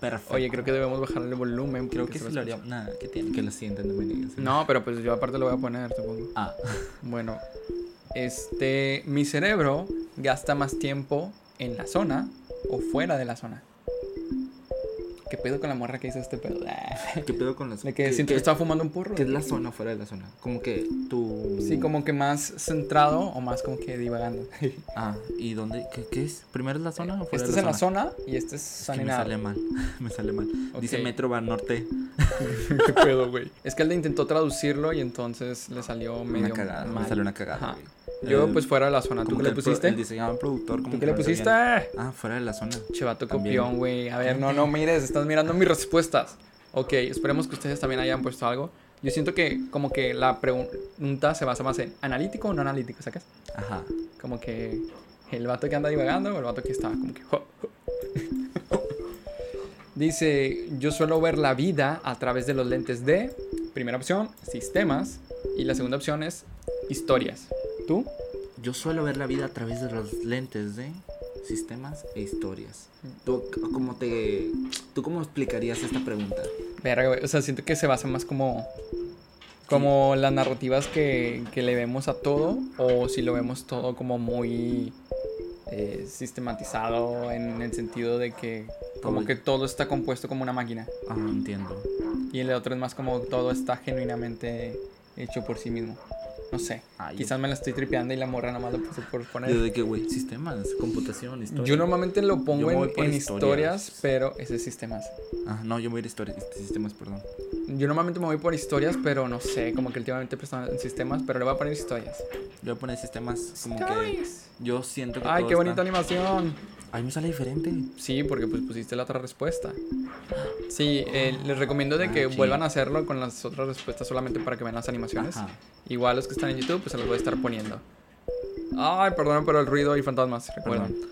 S4: perfecto.
S1: Oye, creo que debemos bajarle el volumen.
S4: creo
S1: porque
S4: que
S1: se
S4: sí
S1: va a
S4: lo
S1: escuchar.
S4: haría. Nada, que tienen que lo sientan también.
S1: No, pero pues yo aparte lo voy a poner, supongo.
S4: Ah,
S1: Bueno, este, mi cerebro gasta más tiempo en la zona o fuera de la zona. ¿Qué pedo con la morra que hizo este pedo?
S4: ¿qué pedo con las
S1: De que
S4: ¿Qué-
S1: siento
S4: qué-
S1: que estaba fumando un porro.
S4: qué es la zona fuera de la zona? Como que tú.
S1: Sí, como que más centrado o más como que divagando.
S4: Ah, ¿y dónde? ¿Qué, qué es? ¿Primero es la zona o fuera
S1: Este es
S4: de
S1: en
S4: la
S1: la
S4: zona?
S1: zona y este es
S4: Es que me
S1: Saninado.
S4: sale mal. Me sale mal. Dice
S1: Ok.
S4: Metro Bar Norte.
S1: ¿Qué pedo, güey? Es que él intentó traducirlo y entonces le salió medio
S4: Una cagada.
S1: mal.
S4: Me salió una cagada.
S1: Ajá.
S4: güey.
S1: Yo
S4: Eh,
S1: pues fuera de la zona. ¿Tú
S4: como
S1: qué
S4: que
S1: le
S4: el pro- El
S1: pusiste?
S4: diseñador productor. como
S1: ¿Tú qué
S4: que
S1: le
S4: no sabía.
S1: pusiste?
S4: Ah, fuera de la zona.
S1: Chevato
S4: También.
S1: copión, güey. A ver, no, no mires, estás mirando mis respuestas. Ok, esperemos que ustedes también hayan puesto algo. Yo siento que como que la pregunta se basa más en analítico o no analítico, ¿sacas?
S4: Ajá.
S1: Como que El vato que anda divagando o el vato que está como que... Dice, yo suelo ver la vida a través de los lentes de, primera opción, sistemas, y la segunda opción es historias. ¿Tú?
S4: Yo suelo ver la vida a través de los lentes de sistemas e historias.
S1: Mm.
S4: ¿Tú c- cómo, te, ¿tú cómo explicarías esta pregunta?
S1: Verga, güey, O sea, siento que se basa más como. Como las narrativas que, que le vemos a todo, o si lo vemos todo como muy eh, sistematizado en el sentido de que como
S4: Todo.
S1: que todo está compuesto como una máquina
S4: Ah, entiendo.
S1: y el otro es más como todo está genuinamente hecho por sí mismo. No sé,
S4: Ah, yo-
S1: quizás me la estoy tripeando y la morra nomás lo puse por poner.
S4: ¿Desde qué, güey? Sistemas, computación, historia.
S1: Yo normalmente lo pongo
S4: me
S1: en,
S4: voy por
S1: en
S4: historias.
S1: historias, pero ese es sistemas.
S4: Ah, no, yo voy a ir a historias, sistemas, perdón.
S1: Yo normalmente me voy por historias, pero no sé, como que últimamente he prestado en sistemas, pero le voy a poner historias.
S4: Yo voy a poner sistemas como que...
S1: Stories.
S4: Yo siento que
S1: Ay,
S4: todo
S1: qué bonita
S4: está-
S1: animación.
S4: Ay, me sale diferente.
S1: Sí, porque pues pusiste la otra respuesta. Sí, eh, les recomiendo de
S4: Ah,
S1: que
S4: sí.
S1: vuelvan a hacerlo con las otras respuestas solamente para que vean las animaciones.
S4: Ajá.
S1: Igual los que están en YouTube, pues se los voy a estar poniendo. Ay, perdón por el ruido y fantasmas, recuerden.
S4: Perdón.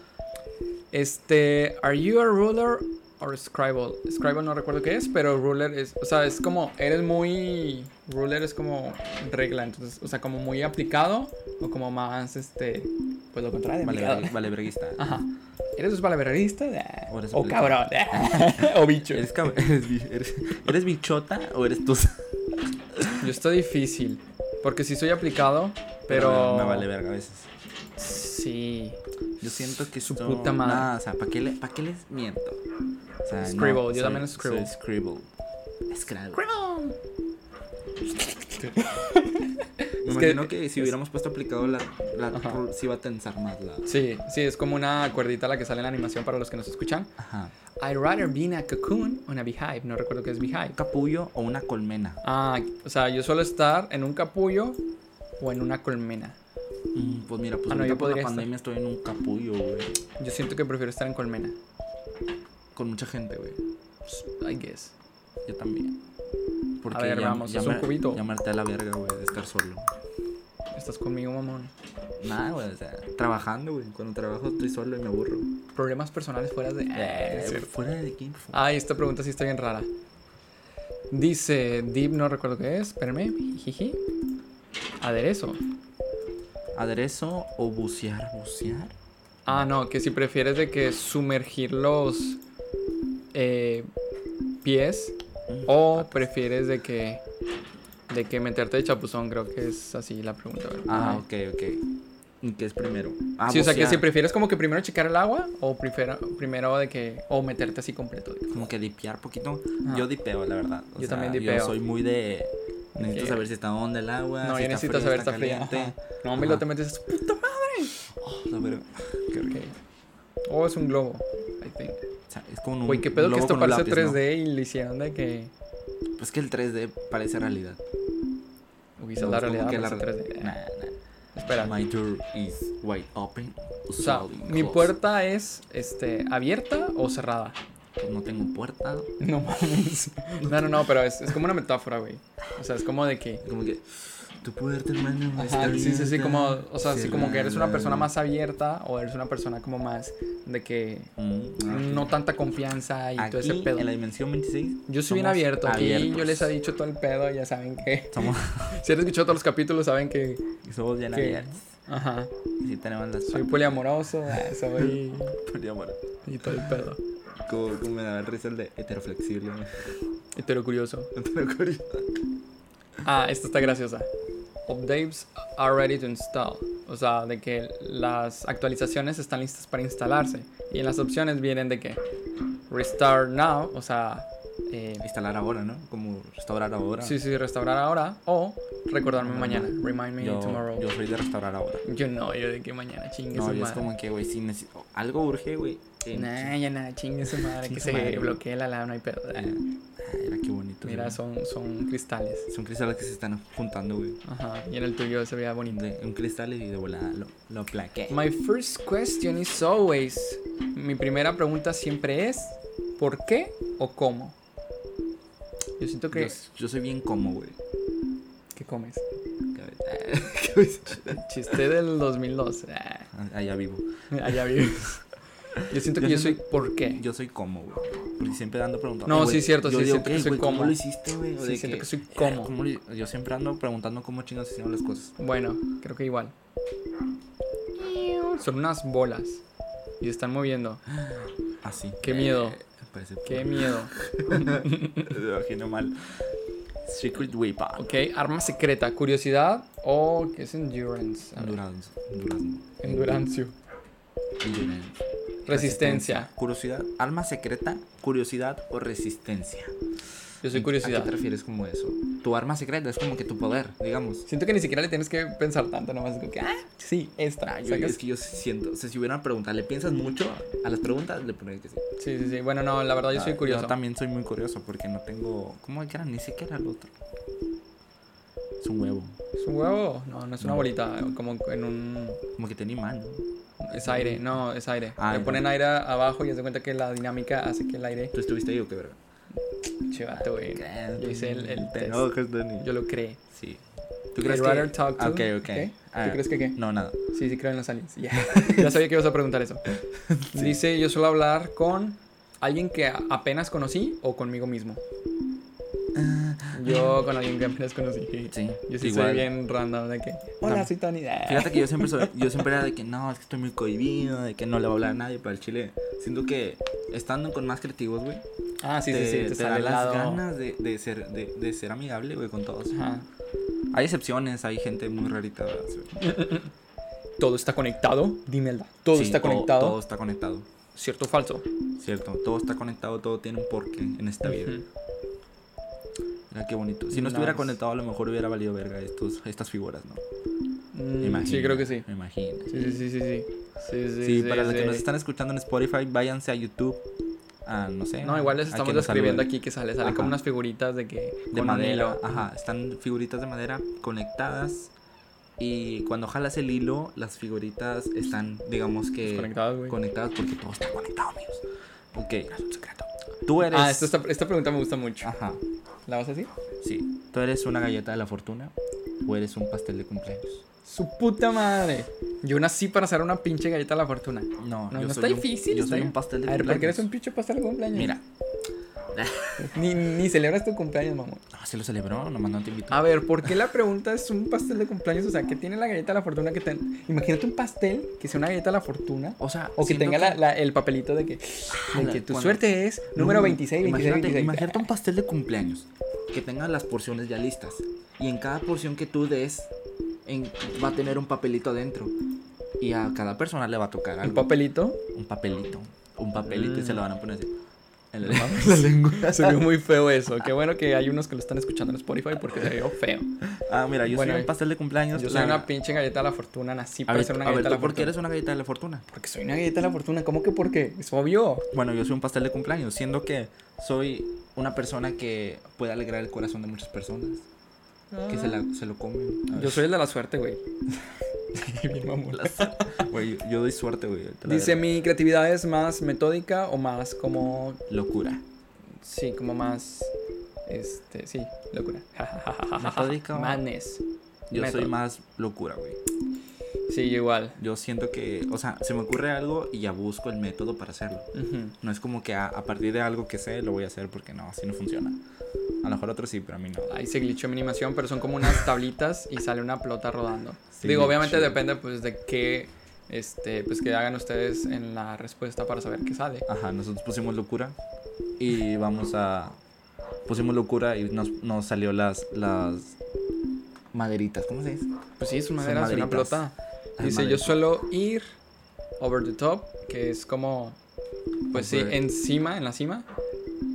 S1: Este, ¿are you a ruler or scribble? Scribble no recuerdo qué es, pero ruler es, o sea, es como, eres muy, ruler es como regla, entonces, o sea, como muy aplicado o como más, este, pues lo contrario.
S4: Vale,
S1: aplicado.
S4: vale, vale, breguista.
S1: Ajá. ¿Eres un palabrerista? Ah,
S4: O eres
S1: O
S4: aplicado.
S1: cabrón. o bicho.
S4: ¿Eres, cab- eres, bi- eres, eres bichota o eres tú?
S1: Yo estoy difícil, porque sí soy aplicado, pero...
S4: Me vale verga a veces.
S1: Sí.
S4: Yo siento que
S1: Su
S4: esto-
S1: puta madre.
S4: Nah, o sea, ¿para qué, le- pa' qué les miento? O sea, no,
S1: Scribble, yo
S4: soy-
S1: también Scribble.
S4: Soy Scribble. Scribble. Me
S1: Es que-
S4: imagino que, si hubiéramos puesto aplicado la, la
S1: Ajá.
S4: ru- sí iba a tensar más la.
S1: Sí, sí, es como una cuerdita la que sale en la animación para los que nos escuchan.
S4: Ajá.
S1: I'd rather be in a cocoon on a beehive. No recuerdo qué es beehive.
S4: Un capullo o una colmena.
S1: Ah, o sea, yo suelo estar en un capullo o en una colmena.
S4: Mm, pues mira, pues
S1: Ah, no,
S4: ahorita
S1: yo
S4: por la
S1: podría estar.
S4: pandemia estoy en un capullo, güey.
S1: Yo siento que prefiero estar en colmena. Pues,
S4: Con mucha gente, güey.
S1: I guess.
S4: Yo también. Porque
S1: ver, vamos, es un
S4: me-
S1: cubito.
S4: Ya me harté a la verga, güey, de estar solo.
S1: Estás conmigo, mamón.
S4: Nada, güey, o sea, trabajando, güey. Cuando trabajo estoy solo y me aburro.
S1: Problemas personales fuera de... Eh, no es cierto. Ah.
S4: fuera de aquí.
S1: Ay, esta pregunta sí está bien rara. Dice, Deep, no recuerdo qué es, espérame. Jiji. Aderezo.
S4: Aderezo o bucear, bucear.
S1: Ah, no, que si prefieres de que sumergir los eh, pies o prefieres de que de que meterte de chapuzón, creo que es así la pregunta. ¿verdad?
S4: Ah, ok, ok. ¿Y ¿Qué es primero? Ah,
S1: sí, o sea, que
S4: bucear.
S1: si prefieres como que primero checar el agua o prefiera- primero de que o meterte así completo. digo.
S4: Como que dipear poquito.
S1: Ajá.
S4: Yo dipeo, la verdad.
S1: Ah.
S4: O
S1: Yo
S4: sea,
S1: también dipeo.
S4: Yo soy muy de. Necesito
S1: que-
S4: saber si está onda el agua.
S1: No,
S4: si
S1: yo
S4: está
S1: necesito
S4: fría,
S1: saber
S4: está
S1: esta fría.
S4: caliente.
S1: ajá. No, me lo
S4: Ajá.
S1: te metes es puta madre.
S4: No, pero- qué rico.
S1: Ok. O es un globo, I think.
S4: O sea, es como un.
S1: Güey, qué pedo que
S4: globo
S1: esto
S4: con un
S1: parece
S4: lápiz, ¿no?
S1: 3D y le hicieron de que
S4: Pues que el 3D parece realidad.
S1: Uy,
S4: Y
S1: esa es la realidad parece 3D. Espera.
S4: My door is wide open. O
S1: O sea, mi puerta es este, abierta o cerrada.
S4: Pues No tengo puerta.
S1: No mames. No, no, no, pero es, es como una metáfora, güey. O sea, es como de que.
S4: Como que. Tu puerta, hermano.
S1: Ajá,
S4: está
S1: sí, sí, sí,
S4: abierta,
S1: como. O sea, sí, como que eres una persona
S4: cerrada.
S1: más abierta o eres una persona como más de que.
S4: Mm,
S1: No
S4: aquí-
S1: tanta confianza y todo ese
S4: aquí,
S1: pedo.
S4: En la dimensión 26.
S1: Yo soy bien
S4: somos
S1: abierto. Aquí yo
S4: abiertos.
S1: les he dicho todo el pedo, ya saben que.
S4: Somos,
S1: Si han escuchado todos los capítulos, saben que.
S4: somos bien
S1: que-
S4: abiertos.
S1: Ajá.
S4: Y sí tenemos las
S1: Soy
S4: patas.
S1: poliamoroso, ah, soy.
S4: Poliamor.
S1: Y todo el pedo.
S4: Como, como me daba el risa el de heteroflexible. ¿no?
S1: Y todo lo curioso.
S4: Heterocurioso.
S1: Ah, esta está graciosa. Updates are ready to install. O sea, de que las actualizaciones están listas para instalarse. Y en las opciones vienen de que restart now, o sea, eh,
S4: Instalar ahora, ¿no? Como restaurar ahora.
S1: sí, sí, restaurar ahora o recordarme mañana. Remind me
S4: yo,
S1: tomorrow.
S4: yo
S1: Yo,
S4: soy de restaurar ahora.
S1: no, yo de que mañana chingue
S4: No,
S1: su
S4: yo es
S1: madre.
S4: como que, güey, si necesito. Algo urge, güey. Eh,
S1: Nah, ya nada, chingue su madre,
S4: Chingue
S1: que
S4: su
S1: se
S4: madre.
S1: bloquee la lana y pedo.
S4: eh, ay, Mira qué bonito.
S1: Mira,
S4: güey.
S1: son, son cristales.
S4: Son cristales que se están juntando, güey.
S1: Ajá, y en el tuyo se veía bonito.
S4: De- Un cristal y de volada lo, lo plaqué.
S1: My first question is always. Mi primera pregunta siempre es: ¿por qué o cómo? Yo siento
S4: Yo,
S1: que.
S4: yo soy bien como, güey.
S1: ¿Qué comes?
S4: Qué- qué-
S1: Chiste del 2002. Ah.
S4: Allá vivo.
S1: Allá vives. Yo siento que yo,
S4: Yo
S1: soy
S4: siento-
S1: ¿por qué?
S4: Yo soy como, güey. Porque siempre ando preguntando.
S1: No,
S4: "Eh, güey".
S1: sí, cierto,
S4: Yo
S1: sí,
S4: digo,
S1: siento que
S4: "Eh,
S1: soy
S4: güey, ¿Cómo
S1: como".
S4: lo hiciste, güey? O
S1: Sí,
S4: de
S1: siento que soy
S4: "Eh,
S1: como".
S4: ¿cómo lo- Yo siempre ando preguntando cómo chingados hicieron las cosas.
S1: Bueno, creo que igual. Son unas bolas y se están moviendo.
S4: Así.
S1: Ah,
S4: Eh,
S1: Qué miedo.
S4: parece
S1: Qué
S4: puro-
S1: miedo.
S4: Lo imagino mal. Secret Weapon.
S1: Ok, arma secreta, curiosidad o qué es endurance? A ver,
S4: Endurance. Endurance.
S1: Endurancio.
S4: Endurance.
S1: Resistencia.
S4: Curiosidad. Alma secreta, curiosidad o resistencia.
S1: Yo soy
S4: ¿A qué te
S1: curiosidad.
S4: refieres como eso? Tu arma secreta es como que tu poder, digamos.
S1: Siento que ni siquiera le tienes que pensar tanto, nomás como que, ah, sí, esta.
S4: Ah, yo-
S1: ¿sacas?
S4: es que yo siento, o sea, si hubieran preguntado, ¿le piensas mucho a las preguntas? Le pondría que sí.
S1: Sí, sí, sí. Bueno, no, la verdad yo soy
S4: Ah,
S1: curioso.
S4: Yo también soy muy curioso porque no tengo. ¿Cómo era? Ni siquiera el otro. Es un huevo.
S1: ¿Es un huevo? No, no es una bolita, como en un...
S4: Como que tiene imán. ¿no?
S1: Es aire, no, es aire.
S4: Ah,
S1: Le
S4: ya.
S1: ponen aire abajo y se cuenta que la dinámica hace que el aire...
S4: ¿Tú estuviste ahí o qué verga?
S1: Chivato, güey. Yo hice el, el
S4: Te
S1: test.
S4: enojas, Dani.
S1: Yo lo creé.
S4: Sí.
S1: I'd rather talk to-
S4: Ok, ok.
S1: ¿ok?
S4: Ah,
S1: ¿Tú crees que qué?
S4: No, nada.
S1: Sí, sí creo en los aliens. Ya. ya sabía que ibas a preguntar eso. Dice, yo suelo hablar con alguien que a- apenas conocí o conmigo mismo. Yo con alguien que apenas conocí.
S4: Ah. Sí,
S1: Yo sí soy
S4: igual.
S1: bien random de que... Hola, soy Tony. Ah.
S4: Fíjate que yo siempre, soy- yo siempre era de que no, es que estoy muy cohibido, de que no le voy a hablar a nadie para el chile. Siento que estando con más creativos, güey,
S1: Ah, sí, sí, sí. Te,
S4: te
S1: sale
S4: da
S1: el
S4: las
S1: lado.
S4: ganas de, de ser, de, de ser amigable, güey, con todos.
S1: Ajá.
S4: Hay excepciones, hay gente muy rarita. ¿verdad? Sí.
S1: Todo está conectado. Dímela. Todo
S4: Sí,
S1: está conectado.
S4: Todo está conectado,
S1: ¿Cierto o falso?
S4: cierto. Todo está conectado, todo tiene un porqué en esta vida.
S1: Ujú.
S4: Mira qué bonito. Si no estuviera
S1: Nice.
S4: conectado, a lo mejor hubiera valido verga estos, estas figuras, ¿no?
S1: Mm,
S4: Imagino,
S1: sí, creo que sí.
S4: Me imagino.
S1: Sí, sí, sí, sí. Sí, sí, sí,
S4: Sí,
S1: sí,
S4: para los que
S1: sí.
S4: nos están escuchando en Spotify, váyanse a YouTube. A, no sé.
S1: No, igual les
S4: a
S1: estamos
S4: que nos
S1: describiendo
S4: saluden.
S1: aquí que sale. Sale
S4: Ajá.
S1: como unas figuritas de que.
S4: De
S1: con un
S4: madera.
S1: hilo.
S4: Ajá, están figuritas de madera conectadas. Y cuando jalas el hilo, las figuritas están, digamos que.
S1: Desconectadas, güey.
S4: Conectadas porque todo está conectado, amigos. Ok, es un secreto. Tú eres. Ah.
S1: Ah, esta, esta, esta pregunta me gusta mucho.
S4: Ajá,
S1: ¿La vas a decir?
S4: sí. Tú eres una galleta de la fortuna o eres un pastel de cumpleaños.
S1: Su puta madre. Yo nací para hacer una pinche galleta a la fortuna.
S4: No,
S1: No,
S4: yo
S1: no
S4: soy
S1: está
S4: un-
S1: difícil.
S4: yo
S1: está
S4: soy
S1: bien.
S4: un pastel de
S1: A ver, ¿por qué eres
S4: cumpleaños.
S1: un pinche pastel de cumpleaños?
S4: Mira.
S1: Ni, ni celebras tu cumpleaños, mamón.
S4: No, se lo celebró, nomás no te invitó.
S1: A ver, ¿por qué la pregunta es un pastel de cumpleaños? O sea, ¿qué tiene la galleta a la fortuna que ten... Imagínate un pastel que sea una galleta a la fortuna.
S4: O sea,
S1: O que
S4: siento
S1: tenga la- la- el papelito de que, de
S4: Ah, la-
S1: que tu
S4: cuando-
S1: suerte es número
S4: No,
S1: 26, 26,
S4: imagínate,
S1: 26.
S4: imagínate un pastel de cumpleaños que tenga las porciones ya listas. Y en cada porción que tú des, en- va a tener un papelito adentro. Y a cada persona le va a tocar
S1: Un
S4: algo.
S1: papelito.
S4: Un papelito. Un papelito y se lo van a poner así. En la-
S1: Se vio muy feo eso. Qué bueno que hay unos que lo están escuchando en Spotify porque se vio feo.
S4: ah, mira, yo
S1: Bueno, eh,
S4: soy un pastel de cumpleaños.
S1: Yo soy
S4: la-
S1: una pinche galleta de la fortuna, nací
S4: Ah, A
S1: para
S4: ver,
S1: ser una
S4: a ver,
S1: galleta de la
S4: ¿tú por qué
S1: fortuna.
S4: eres una galleta de la fortuna?
S1: Porque soy una galleta de la fortuna, ¿cómo que por qué? Es obvio.
S4: Bueno, yo soy un pastel de cumpleaños, siendo que soy una persona que puede alegrar el corazón de muchas personas. Que se, la- se lo comen. A ver.
S1: Yo soy el de la suerte, güey. Bien mamón.
S4: Güey, yo doy suerte, güey. te la
S1: Dice,
S4: verga.
S1: ¿mi creatividad es más metódica o más como...
S4: Locura.
S1: Sí, como más... Este, sí, locura.
S4: Metódica o-
S1: Madness.
S4: Yo
S1: Método.
S4: soy más locura, güey.
S1: Sí, yo igual.
S4: Yo siento que, o sea, se me ocurre algo y ya busco el método para hacerlo.
S1: Ujú.
S4: No es como que a, a partir de algo que sé lo voy a hacer porque no, así no funciona. A lo mejor otros sí, pero a mí no.
S1: Ahí se glitchó mi animación, pero son como unas tablitas y sale una pelota rodando.
S4: Sí,
S1: Digo, obviamente
S4: chido.
S1: depende pues de qué este pues que hagan ustedes en la respuesta para saber qué sale.
S4: Ajá, nosotros pusimos locura y vamos a... Pusimos locura y nos, nos salió las, las maderitas, ¿cómo se dice?
S1: Pues sí, es una
S4: Son
S1: madera, es una
S4: maderitas.
S1: pelota.
S4: Las
S1: Dice, yo
S4: maderitas.
S1: suelo ir over the top, que es como pues sí,
S4: Over-
S1: encima, en la cima,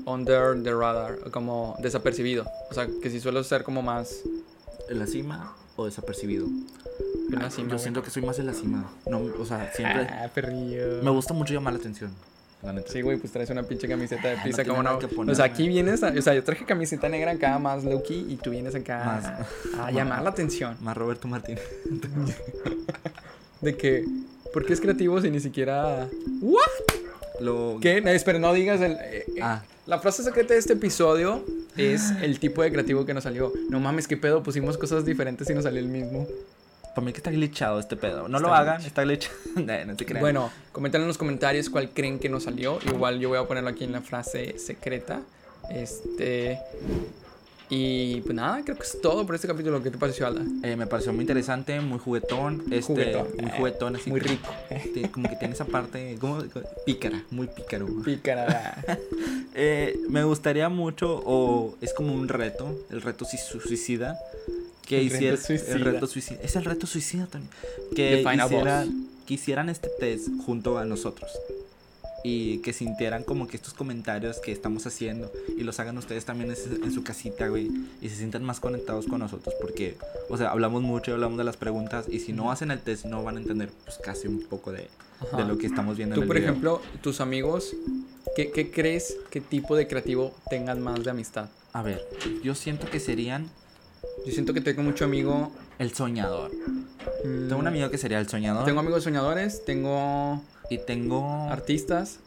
S1: under the radar, o como desapercibido. O sea, que sí suelo ser como más
S4: ¿En la cima o desapercibido?
S1: en la
S4: Ah,
S1: cima.
S4: yo
S1: güey.
S4: siento que soy más en la cima. No, o sea, siempre...
S1: Ah, perrillo.
S4: Me gusta mucho llamar la atención, la neta.
S1: Sí, güey, pues traes una pinche camiseta de
S4: Ah, no
S1: pizza
S4: tiene
S1: como
S4: nada
S1: no.
S4: que
S1: O sea,
S4: ponerme.
S1: aquí vienes, a- o sea, yo traje camiseta negra acá más low key y tú vienes acá
S4: Más-
S1: a, a llamar la atención
S4: Más Roberto Martínez.
S1: de que ¿por qué es creativo si ni siquiera ¿What?
S4: Lo...
S1: ¿Qué? No, espera, no digas el eh, eh,
S4: Ah.
S1: la frase secreta de este episodio es el tipo de creativo que nos salió. No mames, qué pedo, pusimos cosas diferentes y nos salió el mismo.
S4: Para mí que está glitchado este pedo. No lo
S1: Está
S4: hagan,
S1: glitch.
S4: está glitchado. no, no te crean.
S1: Bueno, comenten en los comentarios cuál creen que nos salió. Igual yo voy a ponerlo aquí en la frase secreta. Este. Y pues nada, creo que es todo por este capítulo. ¿Qué te pareció, Alda?
S4: Eh, me pareció muy interesante, muy juguetón. Este,
S1: Juguetón.
S4: Muy juguetón, así
S1: Muy
S4: que-
S1: rico.
S4: te- como que tiene esa parte. Como, como- pícara, muy pícaro.
S1: Pícara.
S4: Eh, me gustaría mucho, o es como un reto, el reto si- su- suicida. Que
S1: El reto
S4: hiciera,
S1: suicida.
S4: El reto suicida. Es el reto suicida también. Que
S1: Define a vos.
S4: hicieran, que hicieran este test junto a nosotros. Y que sintieran como que estos comentarios que estamos haciendo y los hagan ustedes también en su- en su casita, güey. Y se sientan más conectados con nosotros porque, o sea, hablamos mucho, hablamos de las preguntas y si no hacen el test no van a entender pues casi un poco de,
S1: Ajá.
S4: de lo que estamos viendo. en
S1: Tú,
S4: el
S1: por
S4: video.
S1: ejemplo, tus amigos, ¿qué, qué crees qué tipo de creativo tengan más de amistad?
S4: A ver, yo siento que serían
S1: Yo siento que tengo mucho amigo.
S4: el soñador.
S1: mm,
S4: Tengo un amigo que sería el soñador.
S1: Tengo amigos soñadores, tengo
S4: y tengo
S1: artistas,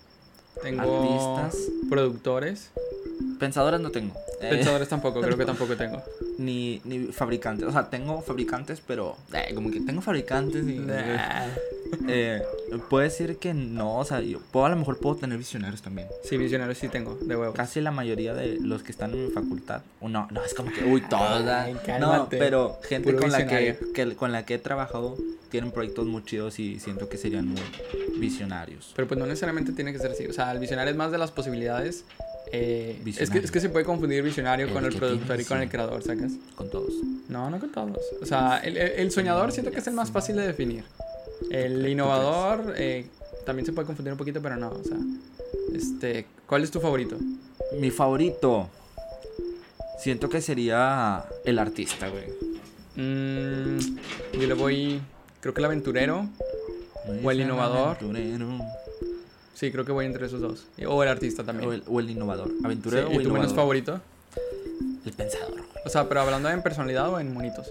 S1: tengo
S4: Artistas.
S1: productores.
S4: pensadores no tengo. Eh,
S1: Pensadores tampoco, creo que tampoco tengo.
S4: ni, ni fabricantes. O sea, tengo fabricantes, pero eh, como que tengo fabricantes y
S1: Nah.
S4: eh, puede decir que no, o sea, yo puedo, a lo mejor puedo tener visionarios también.
S1: Sí, visionarios sí tengo, de huevo.
S4: Casi la mayoría de los que están en mi facultad, o no, no, es como que, uy, todas.
S1: Ay,
S4: no,
S1: cálmate.
S4: pero gente
S1: Puro
S4: con la que,
S1: visionario.
S4: que- con la que he trabajado tienen proyectos muy chidos y siento que serían muy visionarios.
S1: Pero pues no necesariamente tiene que ser así. O sea, el visionario es más de las posibilidades. eh, es, que,
S4: Visionario.
S1: es que se puede confundir visionario
S4: El
S1: con el
S4: que
S1: productor
S4: tiene
S1: y con el
S4: visión.
S1: creador, ¿sacas?
S4: Con todos.
S1: No, no con todos. O sea, el, el- el soñador siento que es el más fácil de definir. El innovador eh, también se puede confundir un poquito, pero no. O sea, este, ¿cuál es tu favorito?
S4: Mi favorito. Siento que sería el artista, güey.
S1: Mm, yo le voy, creo que el aventurero. O el innovador.
S4: Aventurero.
S1: Sí, creo que voy entre esos dos. O el artista también.
S4: O el, o el innovador.
S1: Sí,
S4: Aventurero o
S1: ¿Y tu menos
S4: innovador.
S1: favorito?
S4: El pensador.
S1: O sea, pero hablando en personalidad o en monitos.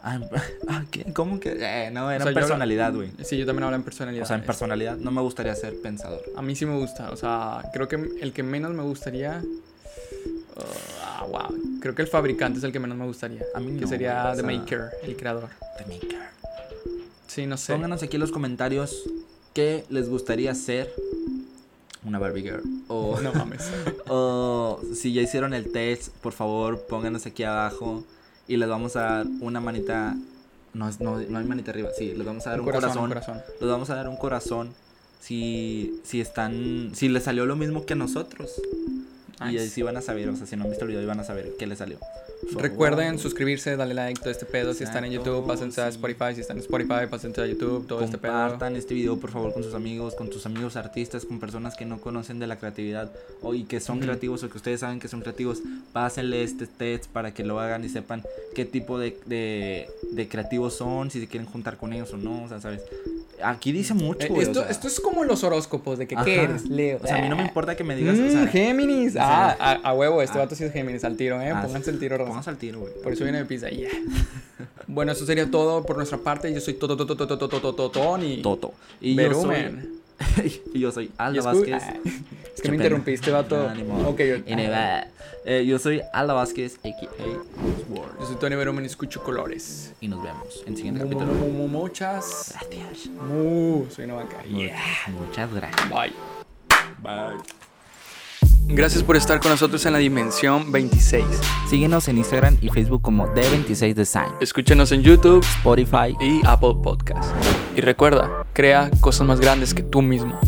S4: Ah, en- ah, ¿qué? ¿Cómo que? Eh, no,
S1: O
S4: era
S1: sea, yo
S4: personalidad, güey.
S1: Sí, yo también hablo en personalidad.
S4: O sea, en
S1: Eh,
S4: personalidad no me gustaría ser pensador.
S1: A mí sí me gusta, o sea, creo que el que menos me gustaría. uh, ah, wow. Creo que el fabricante es el que menos me gustaría.
S4: A mí
S1: Que
S4: no,
S1: sería
S4: güey, o
S1: The
S4: sea-
S1: Maker, el creador.
S4: The maker.
S1: Sí, no sé.
S4: Pónganos aquí en los comentarios qué les gustaría ser. Una Barbie Girl. O,
S1: No mames.
S4: o si ya hicieron el test, por favor, pónganos aquí abajo y les vamos a dar una manita. No, es- no, no hay manita arriba, sí, les vamos a dar
S1: Un
S4: un,
S1: corazón,
S4: corazón.
S1: un corazón.
S4: Les vamos a dar un corazón si, si están. Si les salió lo mismo que a nosotros. Y
S1: Nice.
S4: ahí sí van a saber, o sea, si no han visto el video, van a saber qué les salió. Por favor.
S1: Recuerden suscribirse, darle like, todo este pedo. Si están en
S4: Exacto,
S1: YouTube, pásense a
S4: sí.
S1: Spotify. Si están en Spotify, pásense a YouTube, todo este pedo.
S4: Compartan este video por favor con sus amigos, con tus amigos artistas, con personas que no conocen de la creatividad o y que son
S1: Ujú.
S4: creativos o que ustedes saben que son creativos. Pásenle este test para que lo hagan y sepan qué tipo de, de, de creativos son, si se quieren juntar con ellos o no, o sea, sabes. Aquí dice mucho.
S1: Eh,
S4: güey, o
S1: esto,
S4: sea.
S1: esto es como los horóscopos de que ¿qué
S4: Ajá.
S1: eres, Leo.
S4: O sea, a mí no me
S1: Ah.
S4: importa que me digas. o
S1: Mm,
S4: sea,
S1: Géminis.
S4: o sea,
S1: Ah, a, a huevo, este
S4: ah.
S1: vato sí es Géminis, al tiro, ¿eh?
S4: ah,
S1: Pónganse el tiro rosa.
S4: Pónganse al tiro, güey.
S1: Por eso viene mi pizza, yeah. bueno, eso sería todo por nuestra parte. Yo soy Toto, Toto, Toto, Toto, Toto, Tony.
S4: Toto. Y yo soy.
S1: Berumen.
S4: y yo soy
S1: Y
S4: Alda
S1: escu-
S4: Vázquez.
S1: Ah, Es que
S4: Qué
S1: me
S4: pena.
S1: interrumpiste, vato.
S4: Ah, ni modo.
S1: Ok, yo.
S4: Y ni va. Eh, yo soy Alda Vázquez, a.k.a.
S1: Yo
S4: Sword.
S1: soy Tony Berumen y escucho colores.
S4: Y nos vemos en el siguiente
S1: Mu- mu-
S4: capítulo.
S1: mu- mu- Muchas.
S4: Gracias.
S1: mu- Soy una vaca. Yeah.
S4: Muchas gracias.
S1: Bye.
S4: Bye.
S1: Gracias por estar con nosotros en la dimensión 26.
S4: Síguenos en Instagram y Facebook como D26 Design,
S1: Escúchanos en YouTube
S4: Spotify
S1: y Apple Podcast. Y recuerda, crea cosas más grandes que tú mismo.